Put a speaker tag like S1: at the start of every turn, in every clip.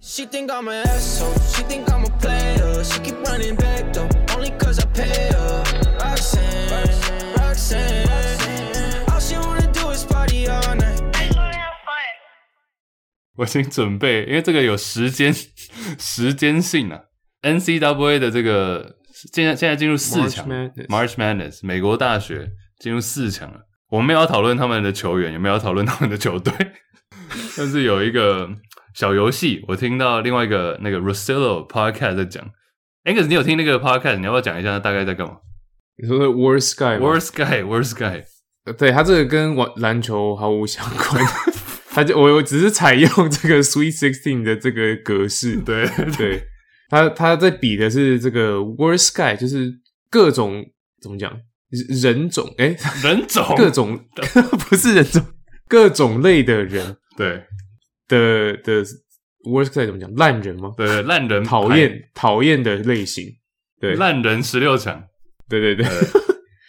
S1: She think I'm an asshole. She think I'm a player. She keep running back though, only cause I pay her. Roxanne, Roxanne. All she wanna do is party all night.
S2: 我已经准备，因为这个有时间时间性啊。NCAA 的这个现在现在进入四强
S3: March Madness
S2: March Madness，美国大学进入四强了。我们没有要讨论他们的球员，也没有要讨论他们的球队， 但是有一个小游戏，我听到另外一个那个 Rosillo podcast 在讲。Angus，你有听那个 podcast？你要不要讲一下大概在干嘛
S3: 你说的 War Sky 吗呃
S2: ？Worst guy，worst guy，
S3: 对他这个跟网篮球毫无相关， 他就我我只是采用这个 Sweet Sixteen 的这个格式，
S2: 对
S3: 对，他他在比的是这个 World Sky，就是各种怎么讲人人种，哎、
S2: 人种
S3: 各种 不是人种，各种类的人
S2: 对
S3: 的的 World Sky 怎么讲烂人吗？
S2: 对对烂人
S3: 讨厌讨厌的类型，对
S2: 烂人十六强。
S3: 对对对，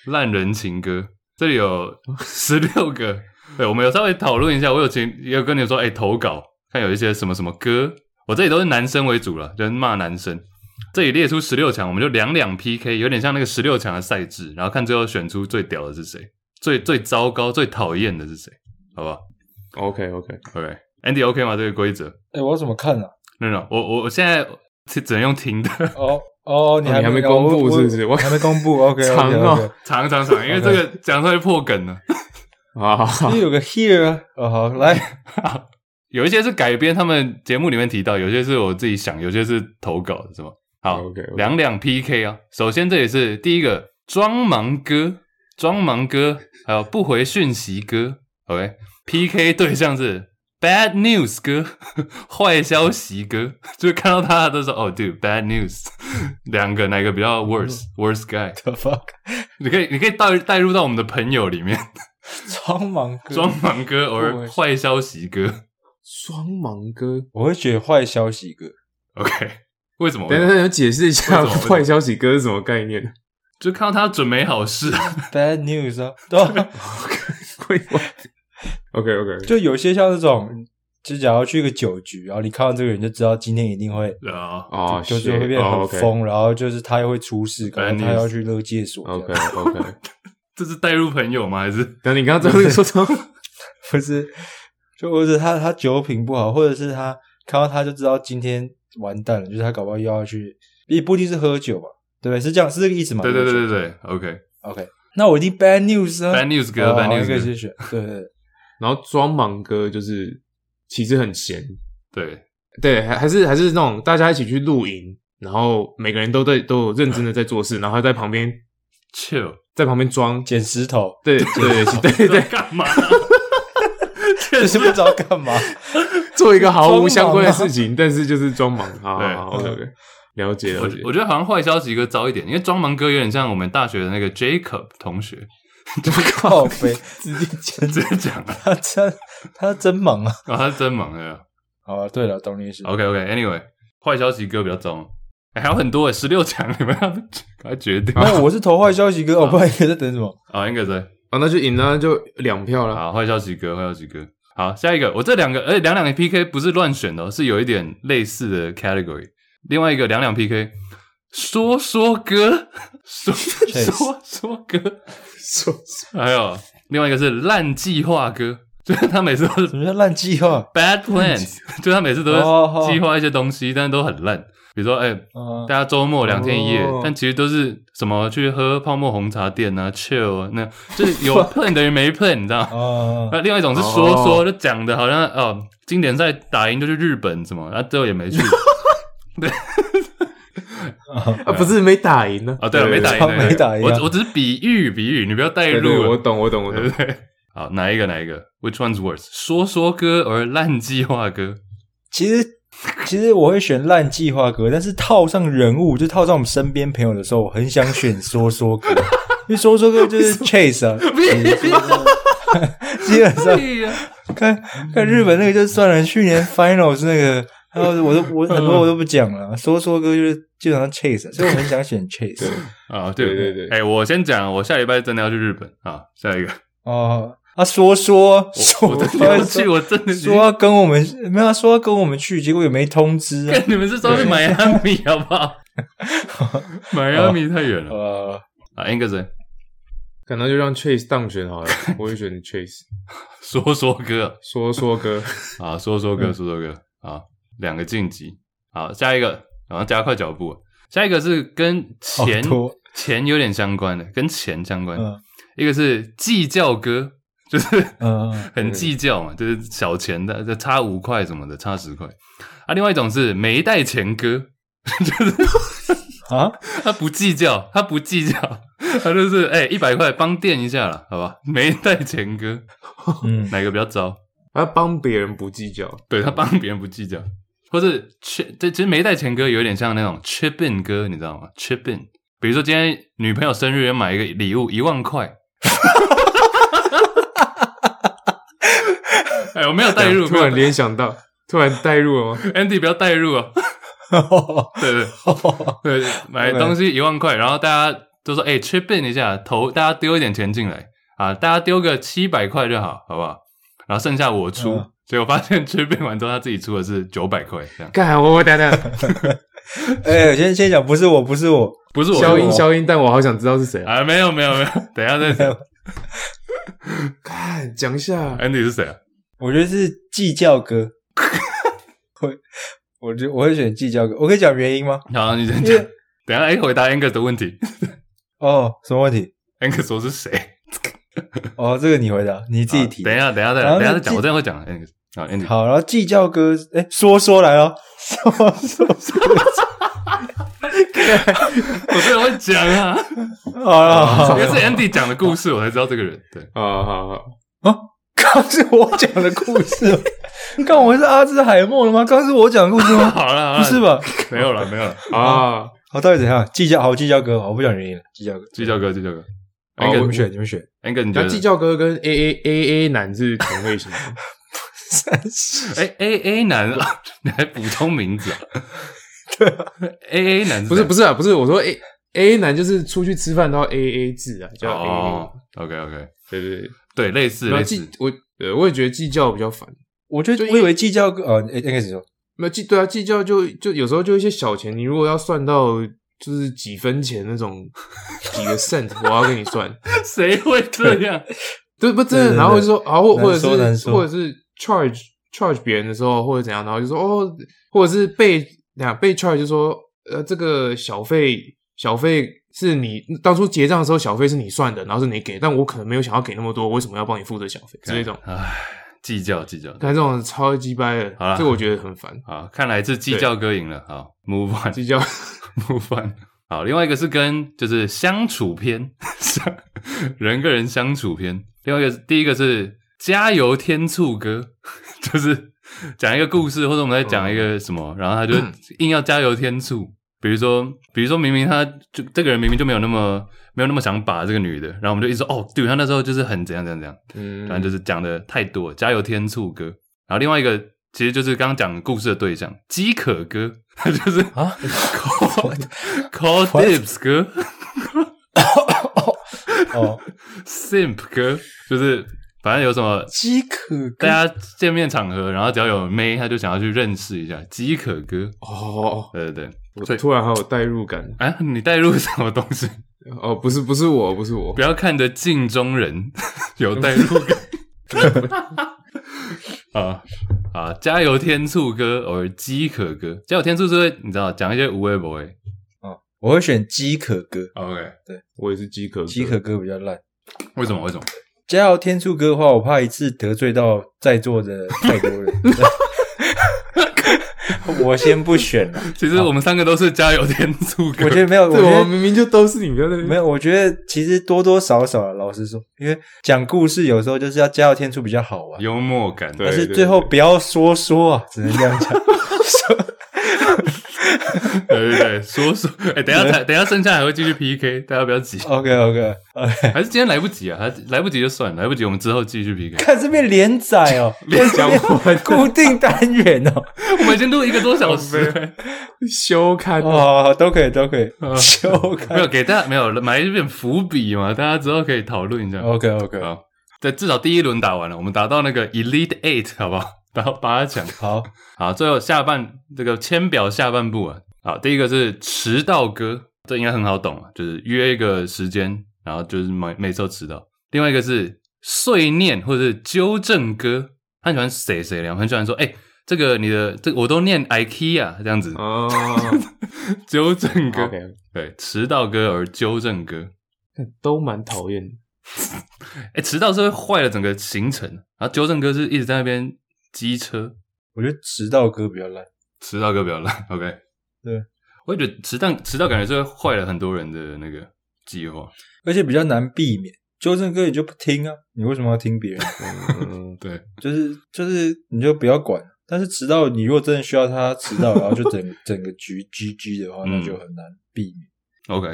S2: 烂人情歌，这里有十六个。对，我们有稍微讨论一下，我有请有跟你说，哎、投稿看有一些什么什么歌，我这里都是男生为主了，就是骂男生。这里列出十六强，我们就两两 PK，有点像那个十六强的赛制，然后看最后选出最屌的是谁，最最糟糕、最讨厌的是谁，好不好
S3: OK OK，
S2: ？OK，Andy、OK 吗？这个规则？
S4: 哎、我要怎么看啊？
S2: no no，我我我现在只只能用听的，
S4: 哦哦，你
S3: 哦
S4: 还
S3: 你还没
S4: 哦我
S3: 公布
S4: 我
S3: 是不是我
S4: 还没公布 ，OK，
S3: 长哦
S2: 长长长，因为这个讲出来就破梗了。
S3: 好好好
S2: 嗯
S4: 因为有个 here 啊，哦好，来，
S2: 有一些是改编他们节目里面提到，有些是我自己想，有些是投稿的，是吗？好
S3: OK，OK
S2: 两两 PK 啊。首先这里是第一个装忙哥，装忙哥，还有不回讯息哥。OK，PK 对象是 Bad News 哥， 坏消息哥，就是看到他都说哦、d u d e Bad News，两 个哪个比较
S3: 嗯
S2: worse，worse guy？
S4: the fuck，
S2: 你可以你可以带带入到我们的朋友里面，
S4: 装忙哥，
S2: 装忙哥偶
S4: 不
S2: 尔
S4: 回
S2: 坏消息哥。
S3: 双盲哥，
S4: 我会选坏消息哥，
S2: OK，为什么？
S3: 等等等，解释一下
S2: 为什么
S3: 坏消息哥是什么概念？
S2: 就看到他准没好事，
S4: bad news 啊，对吧？
S3: 会 OK OK，
S4: 就有些像这种，就假如去一个酒局，然后你看到这个人就知道今天一定会，
S2: 啊，
S3: 哦，
S4: 就就是
S3: 是
S4: 会变得很疯，然后就是他又会出事，可
S2: Bad
S4: 能他
S2: news
S4: 要去勒戒所这样。
S3: OK OK，
S2: 这是带入朋友吗？还是
S3: 等你刚刚最后说什么？
S4: 不是，就或者他他酒品不好，或者是他看到他就知道今天完蛋了，就是他搞不好又要去，也不一定是喝酒吧，对不对？是这样，是这个意思吗？
S2: 对对对对对，OK，Bad
S4: ，OK，那我一定 bad news 啊
S2: news
S4: 哦
S2: 哥，Bad
S4: 好一个
S2: news
S4: 是
S2: 哥，
S4: 选，对对对，
S3: 然后装盲哥就是其实很闲，
S2: 对，
S3: 对，还还是还是那种大家一起去露营，然后每个人都在都有认真的在做事，然 后他在旁边
S2: chill，
S3: 在旁边装，
S4: 捡石头，
S3: 对对对对
S2: 这
S3: 对，
S2: 在干嘛？
S4: 这是不知道 干嘛，
S3: 做一个毫无相关的事情，但是就是装忙
S2: 对
S3: 啊，OK OK，了解
S2: 我
S3: 了解
S2: 我觉得好像坏消息哥糟一点，因为装忙哥有点像我们大学的那个 Jacob 同学，
S4: 靠背，直接 捡
S2: 直
S4: 石
S2: 接讲了，
S4: 他真他真忙啊！
S2: 然后他是真忙的。
S4: 哦，对了，懂你意思。
S2: OK OK，Anyway，坏消息哥比较糟，哎还有很多哎，十六强你们要赶快决定
S4: 那我是投坏消息哥，我不然你在等什么？
S2: 啊，应该在。
S3: 啊，那就赢了，就两票了，
S2: 好，坏消息哥，坏消息哥。好，下一个，我这两个，而且两两 PK 不是乱选的哦，是有一点类似的 category。另外一个两两 PK，说说哥，说
S4: Chase
S2: 说说哥，说还有另外一个是烂计划哥，就是他每次 都
S4: 什
S2: 是
S4: 么叫烂计划？
S2: bad plans，就他每次都
S4: 哦哦
S2: 是计划一些东西，但是都很烂。比如说，哎、
S4: 嗯
S2: 大，家周末两天一夜，
S4: 哦
S2: 但其实都是什么去喝泡沫红茶店啊，chill 啊，那就是有 plan 等于没 plan，你知道吗？
S4: 哦，
S2: 那另外一种是说说，就讲的好像哦，经典赛打赢就去日本什么，然后最后也没去。
S3: 啊，不是啊没打赢呢，
S2: 哦， 对了，没打赢，
S4: 超
S2: 对对
S4: 没打赢啊
S2: 我我只是比喻比喻，你不要带
S3: 对对，
S2: 入
S3: 我
S2: 了，
S3: 懂我懂我
S2: 对
S3: 懂
S2: 不，对？好，哪一个哪一个？Which one's worse？说说歌而烂计划歌？
S4: 其实其实我会选烂计划哥，但是套上人物，就套上我们身边朋友的时候，我很想选说说哥，因为说说哥就是 Chase 啊，基本上
S2: 对呀，
S4: 看看日本那个就算了，去年 Finals 那个，还有我都我很多我都不讲了，说说哥就是基本上 Chase，啊所以我很想选 Chase。
S2: 啊，
S3: 对对对
S2: 哎，我先讲，我下礼拜真的要去日本啊，下一个
S4: 哦，他说说说
S2: 我真的要去， 我真的去
S4: 说要跟我们没有他啊说要跟我们去，结果也没通知、啊
S2: 干。你们是稍微迈阿密好不好？迈阿密太远了
S4: 呃，
S2: 啊！Angus 呢
S3: 可能就让 Chase 当选 好了，我会选 Chase。
S2: 说说歌
S3: 说说 哥，
S2: 啊，说说
S4: 嗯
S2: 歌，说说歌啊，两个晋级。好，下一个，然后加快脚步。下一个是跟钱
S4: 好多
S2: 钱有点相关的，跟钱相关。
S4: 嗯
S2: 一个是计较歌，就是
S4: 嗯嗯
S2: 很计较嘛，就是小钱的，就差五块什么的，差十块。啊，另外一种是没带钱哥，
S4: 啊，
S2: 他不计较，他不计较，他就是哎一百块帮垫一下了，好吧？没带钱哥，
S4: 嗯，
S2: 哪个比较糟？
S3: 我要啊帮别人不计较。
S2: 对他帮别人不计较，或是 chip，这其实没带钱哥有点像那种 chip in 哥，你知道吗？chip in，比如说今天女朋友生日要买一个礼物一万块，哎，我没有带入，
S3: 突
S2: 没有
S3: 然联想到，突然带入了吗？
S2: Andy 不要带入啊，对对对，买东西一万块，然后大家都说哎、chip in 一下，投大家丢一点钱进来啊，大家丢个七百块就好，好不好？然后剩下我出，
S4: 嗯
S2: 结果发现 chip in 完之后他自己出的是九百块，这样
S3: 干，我我等等，
S4: 哎、先先讲，不是我，不是我，
S2: 不 是我
S3: 消音
S2: 出
S3: 消音，但我好想知道是谁啊！
S2: 啊，没有没有没有，等一下再讲。
S3: 干，哎讲一下，
S2: Andy 是谁啊？
S4: 我觉得是计较哥。我我就我会选计较哥，我可以讲原因吗？
S2: 好，你先
S4: 因
S2: 讲
S4: 为。
S2: 等一下，哎，回答 Angus 的问题。
S4: 哦，什么问题？
S2: Angus 说是谁？
S4: 哦，这个你回答，你自己提。
S2: 等一下，等一下再讲，
S4: 然后
S2: 等一
S4: 那
S2: 下再讲，
S4: 记
S2: 我真的会讲。Angus，好，Andy，
S4: 好，然后计较哥，哎、说说来了， 说说
S2: 我真的会讲啊，
S4: 好了，好
S2: 因
S4: 了
S2: 为是 Andy 讲的故事，我才知道这个人。对，
S3: 好好好，
S4: 刚是我讲的故事吗，刚我是阿兹海默了吗？刚是我讲的故事 吗？
S2: 好了，好了
S4: 不是？吧？
S2: 没有了，没有了。
S3: 啊，
S4: 好，到底怎样？计较好，计较哥，我不讲原因了，计较哥，
S2: 计较哥，计较哥
S3: 好
S4: 你
S3: 我
S4: 们
S2: ，Angus，
S4: 选，你们选，
S2: Angus，你觉
S3: 那
S2: 得
S3: 计？较哥跟 A A A A 男是同类型吗，
S4: 三十
S2: 哎，A A 男啊， 你还补充名字啊？
S4: 对啊，
S2: A A 男
S3: 不是不
S2: 是
S3: 是啊，不是，我说 A A 男就是出去吃饭都要 A A 制啊，
S2: 谁
S3: 叫
S2: 啊
S3: A A，
S2: 哦，OK OK，
S3: 对对对。
S2: 对，类似
S3: 然后
S2: 类
S3: 计
S2: 似，
S3: 我呃，我也觉得计较比较烦。
S4: 我觉
S3: 就
S4: 得我以为计较哥，哦，哎，开始说，
S3: 没有计对啊，计较就就有时候就一些小钱，你如果要算到就是几分钱那种几个 cent，我要跟你算，
S2: 谁会这样？
S3: 对不
S4: 对
S3: 真的。
S4: 对
S3: 然后
S4: 对
S3: 就说啊，或
S4: 难
S3: 或者
S4: 说难
S3: 是
S4: 说
S3: 或者是 charge charge 别人的时候或者怎样，然后就说哦，或者是被俩被 charge 就说呃这个小费小费是你当初结账的时候小费是你算的，然后是你给，但我可能没有想要给那么多，为什么要帮你付这小费？这种，
S2: 唉，计较计较。
S3: 但这种超级掰的
S2: 好啦，
S3: 这个我觉得很烦。
S2: 好，看来是计较哥赢了。好，move on。
S3: 计 较
S2: 不犯。好，另外一个是跟就是相处篇， 相人跟人相处篇。另外一个是第一个是加油添醋歌， 就是讲一个故事，或者我们在讲一个什么，然后他就硬要加油添醋。比如说，比如说明明他就这个人明明就没有那么没有那么想把这个女的，然后我们就一直说哦，对，他那时候就是很怎样怎样怎样，
S3: 嗯
S2: 反正就是讲的太多，加油添醋歌。然后另外一个其实就是刚刚讲故事的对象饥渴哥，他 就是
S4: 啊
S2: Call Call
S4: What?
S2: Dips 哥
S4: 哦，
S2: ，Simp 哥，就是反正有什么
S4: 饥渴
S2: 大
S4: 哥，
S2: 家见面场合，然后只要有妹，他就想要去认识一下饥渴哥。
S3: 哦，
S2: 对对对，
S3: 我
S2: 所以
S3: 突然好有代入感
S2: 啊，你带入什么东西？
S3: 哦，不是不是我，不是我
S2: 不，要看着镜中人， 有代入感。 啊啊！加油添醋哥，偶尔饥渴哥。加油添醋是会你知道讲一些无谓不谓。
S4: 我会选饥渴哥，
S2: OK，
S3: 我也是饥渴
S4: 饥渴哥比较烂。
S2: 为什么？为什么？
S4: 加油天助哥的话，我怕一次得罪到在座的太多人， 我先不选 了。
S2: 其实我们三个都是加油添醋哥。
S4: 我觉得没有，我
S3: 对，
S4: 觉
S3: 我
S4: 得
S3: 明明就都是你们在那边
S4: 没有，我觉得其实多多少少啊，老实说，因为讲故事有时候就是要加到天数比较好玩，
S2: 幽默感，
S3: 对
S4: 但是最后不要说说啊，只能这样讲。
S2: 对对对，说说，哎、等一下才，等一下剩下还会继续 PK，大家不要急，
S4: OK OK OK，
S2: 还是今天来不及啊，还是来不及就算了，来不及我们之后继续 PK。
S4: 看这边连载哦，连
S3: 讲完
S4: 固定单元哦，
S2: 我们已经录一个多小时，
S3: 修刊啊
S4: 哦，都可以都可以
S2: 嗯，
S4: 修
S2: 没
S4: 改。
S2: 有给大家没有埋一点伏笔嘛，大家之后可以讨论一下。
S4: OK OK，
S2: 好，对，至少第一轮打完了，我们打到那个 Elite Eight 好不好？ 打到八强。
S4: 好，
S2: 好，最后下半这个签表下半部啊，好，第一个是迟到歌，这应该很好懂啊，就是约一个时间，然后就是每每次都迟到。另外一个是碎念或者是纠正歌，他很喜欢谁谁聊，很喜欢说，哎、这个你的这个我都念 IKEA 这样子，
S3: 哦
S2: 纠正歌
S3: ，OK，
S2: 对，迟到歌而纠正歌，
S3: 都蛮讨厌的。
S2: 哎、迟到是会坏了整个行程，然后纠正歌是一直在那边机车，
S4: 我觉得迟到歌比较烂。
S2: 迟到歌比较烂。OK，
S4: 对，
S2: 我也觉得迟到迟到感觉是会坏了很多人的那个计划。
S4: 而且比较难避免。纠正歌你就不听啊，你为什么要听别人？
S3: 嗯，
S2: 对，
S4: 就是就是你就不要管。但是迟到，你如果真的需要他迟到，然后就整 整个局 GG 的话，
S2: 嗯
S4: 那就很难避免。
S2: OK。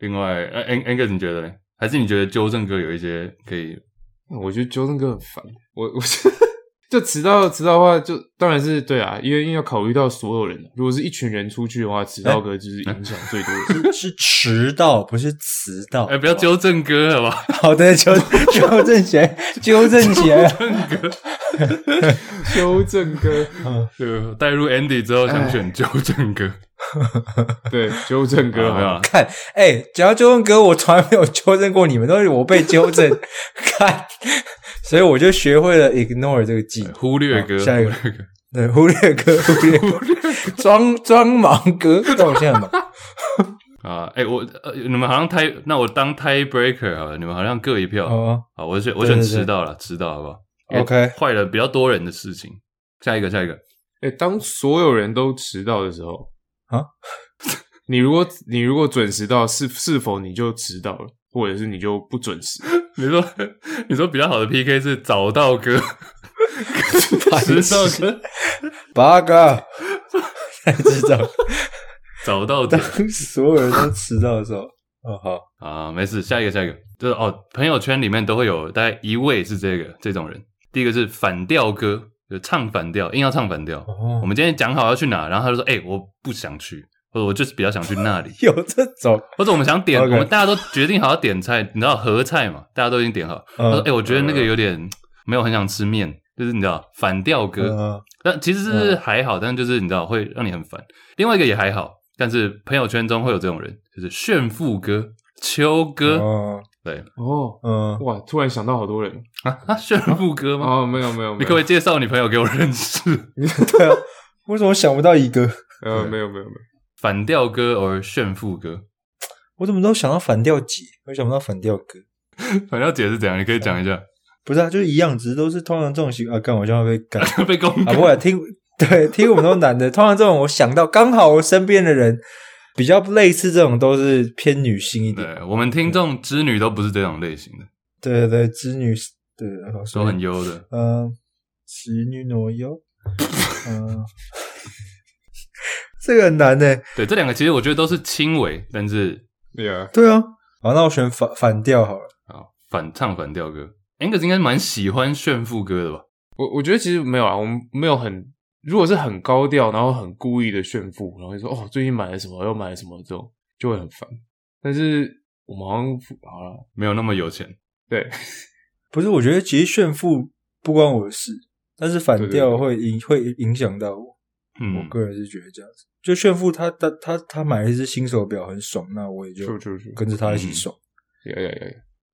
S2: 另外，呃，Ang a n g e 你觉得嘞？还是你觉得纠正歌有一些可以？
S3: 我觉得纠正哥很烦。我我就迟到迟到的话，就当然是对啊，因为因为要考虑到所有人。如果是一群人出去的话，迟到哥就是影响最 多的。
S4: 是迟到，不是迟到。
S2: 哎、不要
S4: 纠
S2: 纠正歌，好吧？
S4: 好的纠纠正起来， 纠正起来。
S3: 纠正哥，
S2: 就带入 Andy 之后，想选纠正歌，
S3: 对，纠正哥
S2: 有没
S3: 好
S2: 有
S3: 吧？？
S4: 看，哎、讲到纠正歌，我从来没有纠正过你们，都是我被纠正。 看，所以我就学会了 ignore 这个技能。
S2: 忽略歌，
S4: 好下一个
S2: 忽略歌
S4: 对， 忽略歌，忽略歌，装装忙歌，但我现 在很忙。
S2: 啊！哎、我呃，你们好像 tie，那我当 tie breaker 好了，你们好像各一票。
S4: 好啊
S2: 好，我选我选
S4: 对对对
S2: 迟到了，迟到好不好
S4: OK
S2: 坏了比较多人的事情。下一个，下一个，
S3: 哎、当所有人都迟到的时候
S4: 啊，
S3: 你如果你如果准时到，是是否你就迟到了，或者是你就不准时？
S2: 你说，你说比较好的 PK 是早到哥， 迟到哥，
S4: 八嘎，才知道，
S2: 早到者
S4: 当所有人都迟到的时候，哦好，
S2: 啊，没事，下一个，下一个，就是哦，朋友圈里面都会有大概一位是这个这种人。第一个是反调歌，就唱反调，硬要唱反调。
S4: 哦
S2: 我们今天讲好要去哪，然后他就说，哎、我不想去，或者我就是比较想去那 里，
S4: 有这种，
S2: 或者我们想点，我
S4: OK
S2: 们大家都决定好要点菜，你知道合菜嘛？大家都已经点好，他说：“哎、
S4: 嗯
S2: 我觉得那个有点没有很想吃面，就是你知道反调歌，
S4: 嗯
S2: 但其实是还好，但就是你知道会让你很烦。另外一个也还好，但是朋友圈中会有这种人，就是炫富歌、秋歌，
S4: 嗯
S2: 对
S3: 哦，
S4: 嗯，
S3: 哇，突然想到好多人
S2: 啊，啊炫富歌吗？
S3: 哦，没有没有，没有
S2: 你可不可以介绍你朋友给我认识？
S4: 对啊，为什么想不到一个？
S3: 呃，没有没有没有，
S2: 反调歌而炫富歌，
S4: 我怎么都想到反调姐，我想不到反调歌，
S2: 反调姐是怎样？你可以讲一下，
S4: 不是啊，就是一样，只是都是通常这种行啊，干我就要被干啊，
S2: 被公
S4: 不
S2: 告。
S4: 会啊听， 对，听我们都男的，通常这种我想到，刚好我身边的人比较类似这种，都是偏女性一点，
S2: 对我们听众织女都不是这种类型的，
S4: 对对对，织女，对，然后
S2: 都很优的。
S4: 嗯，侄女挪忧，嗯， 这个很难呢、
S2: 对，这两个其实我觉得都是轻微，但是
S3: 对啊，
S4: 对啊，好，那我选反反调好了。
S2: 啊反唱反调歌，Angus 应该蛮喜欢炫富歌的吧？
S3: 我我觉得其实没有啊，我们没有很，如果是很高调，然后很故意的炫富，然后就说哦最近买了什么，又买了什么这种，就会很烦。但是我们好像好了，
S2: 没有那么有钱。
S3: 对，
S4: 不是，我觉得其实炫富不关我的事，但是反调会影会影响到我。我
S2: 嗯，
S4: 个人是觉得这样子，就炫富他他他他买了一只新手表很爽，那我也就
S3: 出出出，
S4: 跟着他
S2: 嗯
S4: 一起爽。
S3: 呀呀呀，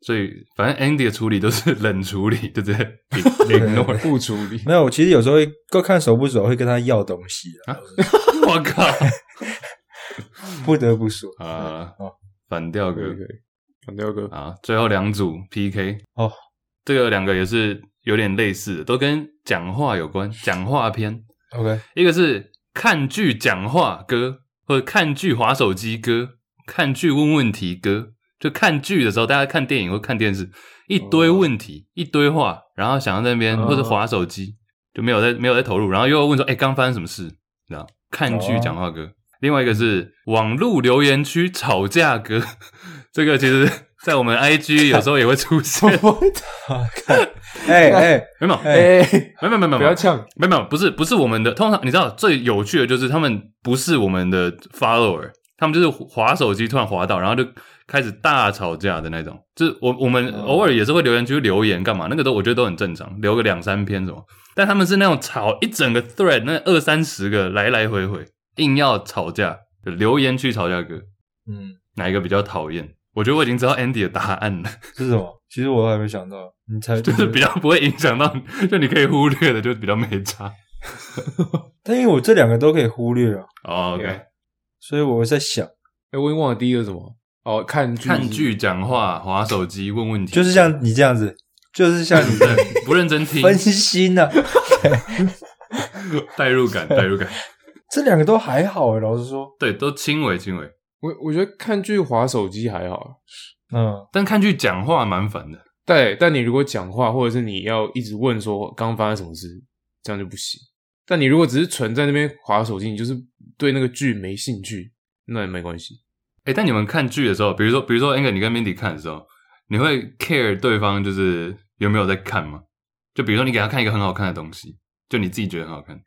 S2: 所以反正 Andy 的处理都是 冷处理，对不对
S3: 呀
S2: ？ignore。
S3: 不处理，
S4: 没有，我其实有时候会够看熟不熟，会跟他要东西啊，
S2: 我 靠！
S4: 不得不说
S2: 啊
S4: 哦，
S2: 反调
S3: 可
S2: 歌
S3: 以可以，反调哥，
S2: 啊，最后两组 PK
S4: 哦，
S2: 这个两个也是有点类似的，都跟讲话有关，讲话篇。
S4: OK，
S2: 一个是看剧讲话歌，或者看剧划手机歌，看剧问问题歌。就看剧的时候，大家看电影或看电视，一堆问题，一堆话，然后想要在那边、
S3: 哦
S2: 或者划手机，就没有在没有在投入，然后又问说：“哎、刚发生什么事？”你知道？看剧
S4: 哦
S2: 讲话歌。另外一个是网络留言区吵架歌，这个其实在我们 IG 有时候也会出现，
S4: 哎哎，
S2: 没有没有
S3: 哎，
S2: 没有没有没有没有，
S3: 不要呛，
S2: 没有没有，不是不是我们的，通常你知道最有趣的就是他们不是我们的 follower，他们就是滑手机突然滑到，然后就开始大吵架的那种。就是我我们
S4: 哦
S2: 偶尔也是会留言区留言干嘛，那个都我觉得都很正常，留个两三篇什么。但他们是那种吵一整个 thread，那二三十个来来回回硬要吵架，就留言区吵架歌，
S4: 嗯，
S2: 哪一个比较讨厌？我觉得我已经知道 Andy 的答案了，
S4: 是什么？其实我还没想到，你才
S2: 就是比较不会影响到，就你可以忽略的，就比较没差。
S4: 但因为我这两个都可以忽略啊，
S2: 哦 OK，
S3: 对啊
S4: 所以我在想，
S3: 哎，我已经忘了第一个什么哦，看剧
S2: 看剧、讲话、划手机、问问题，
S4: 就是像你这样子，就是像你
S2: 对不认真听，
S4: 分心啊呐、
S2: 代入感，代入感，
S4: 这两个都还好、欸，老实说，
S2: 对，都轻微轻微。
S3: 我我觉得看剧划手机还好，
S4: 嗯，
S2: 但看剧讲话蛮烦的，
S3: 但但你如果讲话，或者是你要一直问说刚发生什么事，这样就不行。但你如果只是纯在那边划手机，你就是对那个剧没兴趣，那也没关系。
S2: 哎，但你们看剧的时候，比如说，比如说 Ang，你跟 Mindy 看的时候，你会 care 对方就是有没有在看吗？就比如说你给他看一个很好看的东西，就你自己觉得很好看，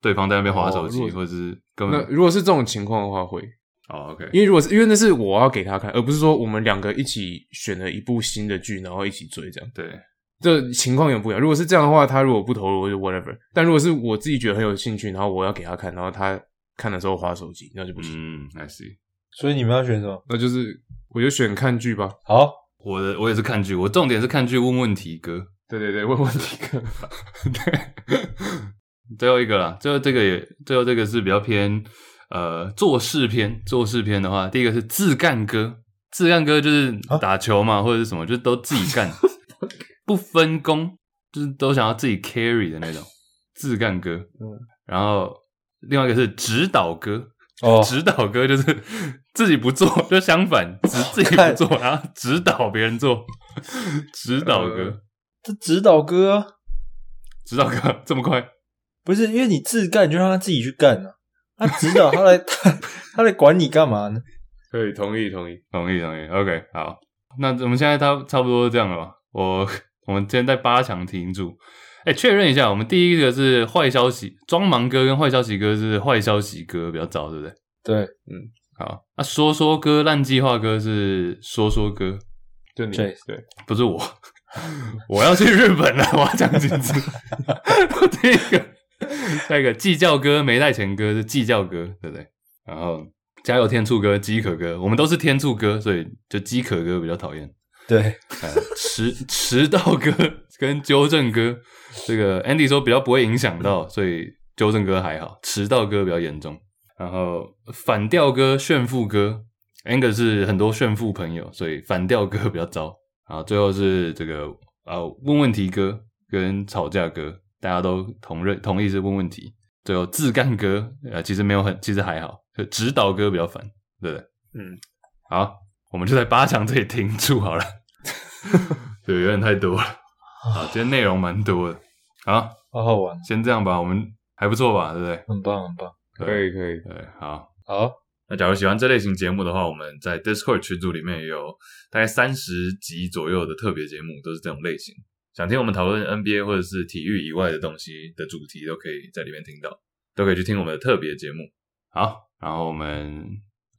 S2: 对方在那边划手
S3: 哦如
S2: 机，
S3: 果
S2: 或者是根
S3: 那
S2: 本
S3: 如果是这种情况的话，会，
S2: 哦 OK，
S3: 因为如果是因为那是我要给他看，而不是说我们两个一起选了一部新的剧，然后一起追这样。
S2: 对，
S3: 这情况也不一样。如果是这样的话，他如果不投入，我就 whatever。但如果是我自己觉得很有兴趣，然后我要给他看，然后他看的时候划手机，那就不行。
S2: 嗯，I see。
S4: 所以你们要选什么？
S3: 那就是我就选看剧吧。
S4: 好，
S2: 我的我也是看剧，我重点是看剧问问题哥。
S3: 对对对，问问题哥。
S2: 对，最后一个啦，最后这个也，最后这个是比较偏呃做事篇。做事篇的话，第一个是自干哥，自干哥就是
S4: 啊
S2: 打球嘛，或者是什么，就都自己 干，不分工，就是都想要自己 carry 的那种自干哥。嗯，然后另外一个是指导哥，
S4: 哦，
S2: 指导哥就是 自己不做， 就相反，只自 己不
S4: 看
S2: 做，然后指导别人做， 指导
S4: 呃
S2: 哥，
S4: 这指导哥、啊、
S2: 指导哥 这么快。
S4: 不是因为你自干，你就让他自己去干啊，他指导他来 他他来管你干嘛呢？
S3: 可以，同意同意。
S2: 同意同意，OK，好，那我们现在差差不多这样了吧？我我们今天在八强停住，哎，确认一下，我们第一个是坏消息，装忙哥跟坏消息哥是坏消息哥比较早，对不对？
S4: 对嗯
S2: 好，那、说说哥烂计划哥是说说哥，
S3: 就你
S4: 对
S3: 对，
S2: 不是我，我要去日本了，我要讲几次。第一个，下一个计较哥没带钱哥是计较哥，对不对？然后加油天醋哥、饥渴哥，我们都是天醋哥，所以就饥渴哥比较讨厌。
S4: 对，
S2: 呃，迟迟到哥跟纠正哥，这个 Andy 说比较不会影响到，所以纠正哥还好，迟到哥比较严重。然后反调哥、炫富哥，Angus 是很多炫富朋友，所以反调哥比较糟。然后最后是这个呃问问题哥跟吵架哥，大家都同认同意是问问题。最后自干哥，呃，其实没有很，其实还好，就指导哥比较烦，对不对？
S3: 嗯，
S2: 好，我们就在八强这里停住好了。对，有点太多了。好，今天内容蛮多的。好，
S4: 好好玩，
S2: 先这样吧，我们还不错吧，对不对？
S4: 很棒很棒。
S3: 可以可以。
S2: 对，好。
S4: 好，
S2: 那假如喜欢这类型节目的话，我们在 Discord 群组里面也有大概三十集左右的特别节目，都是这种类型。想听我们讨论 NBA 或者是体育以外的东西的主题，都可以在里面听到，都可以去听我们的特别节目。好，然后我们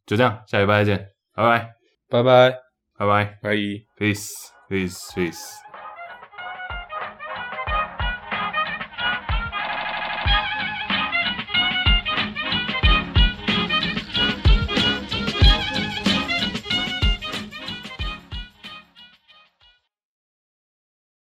S2: 就这样，下礼拜再见，拜拜，
S4: 拜拜。
S2: 拜拜
S3: 拜一。
S2: ，peace，peace，peace。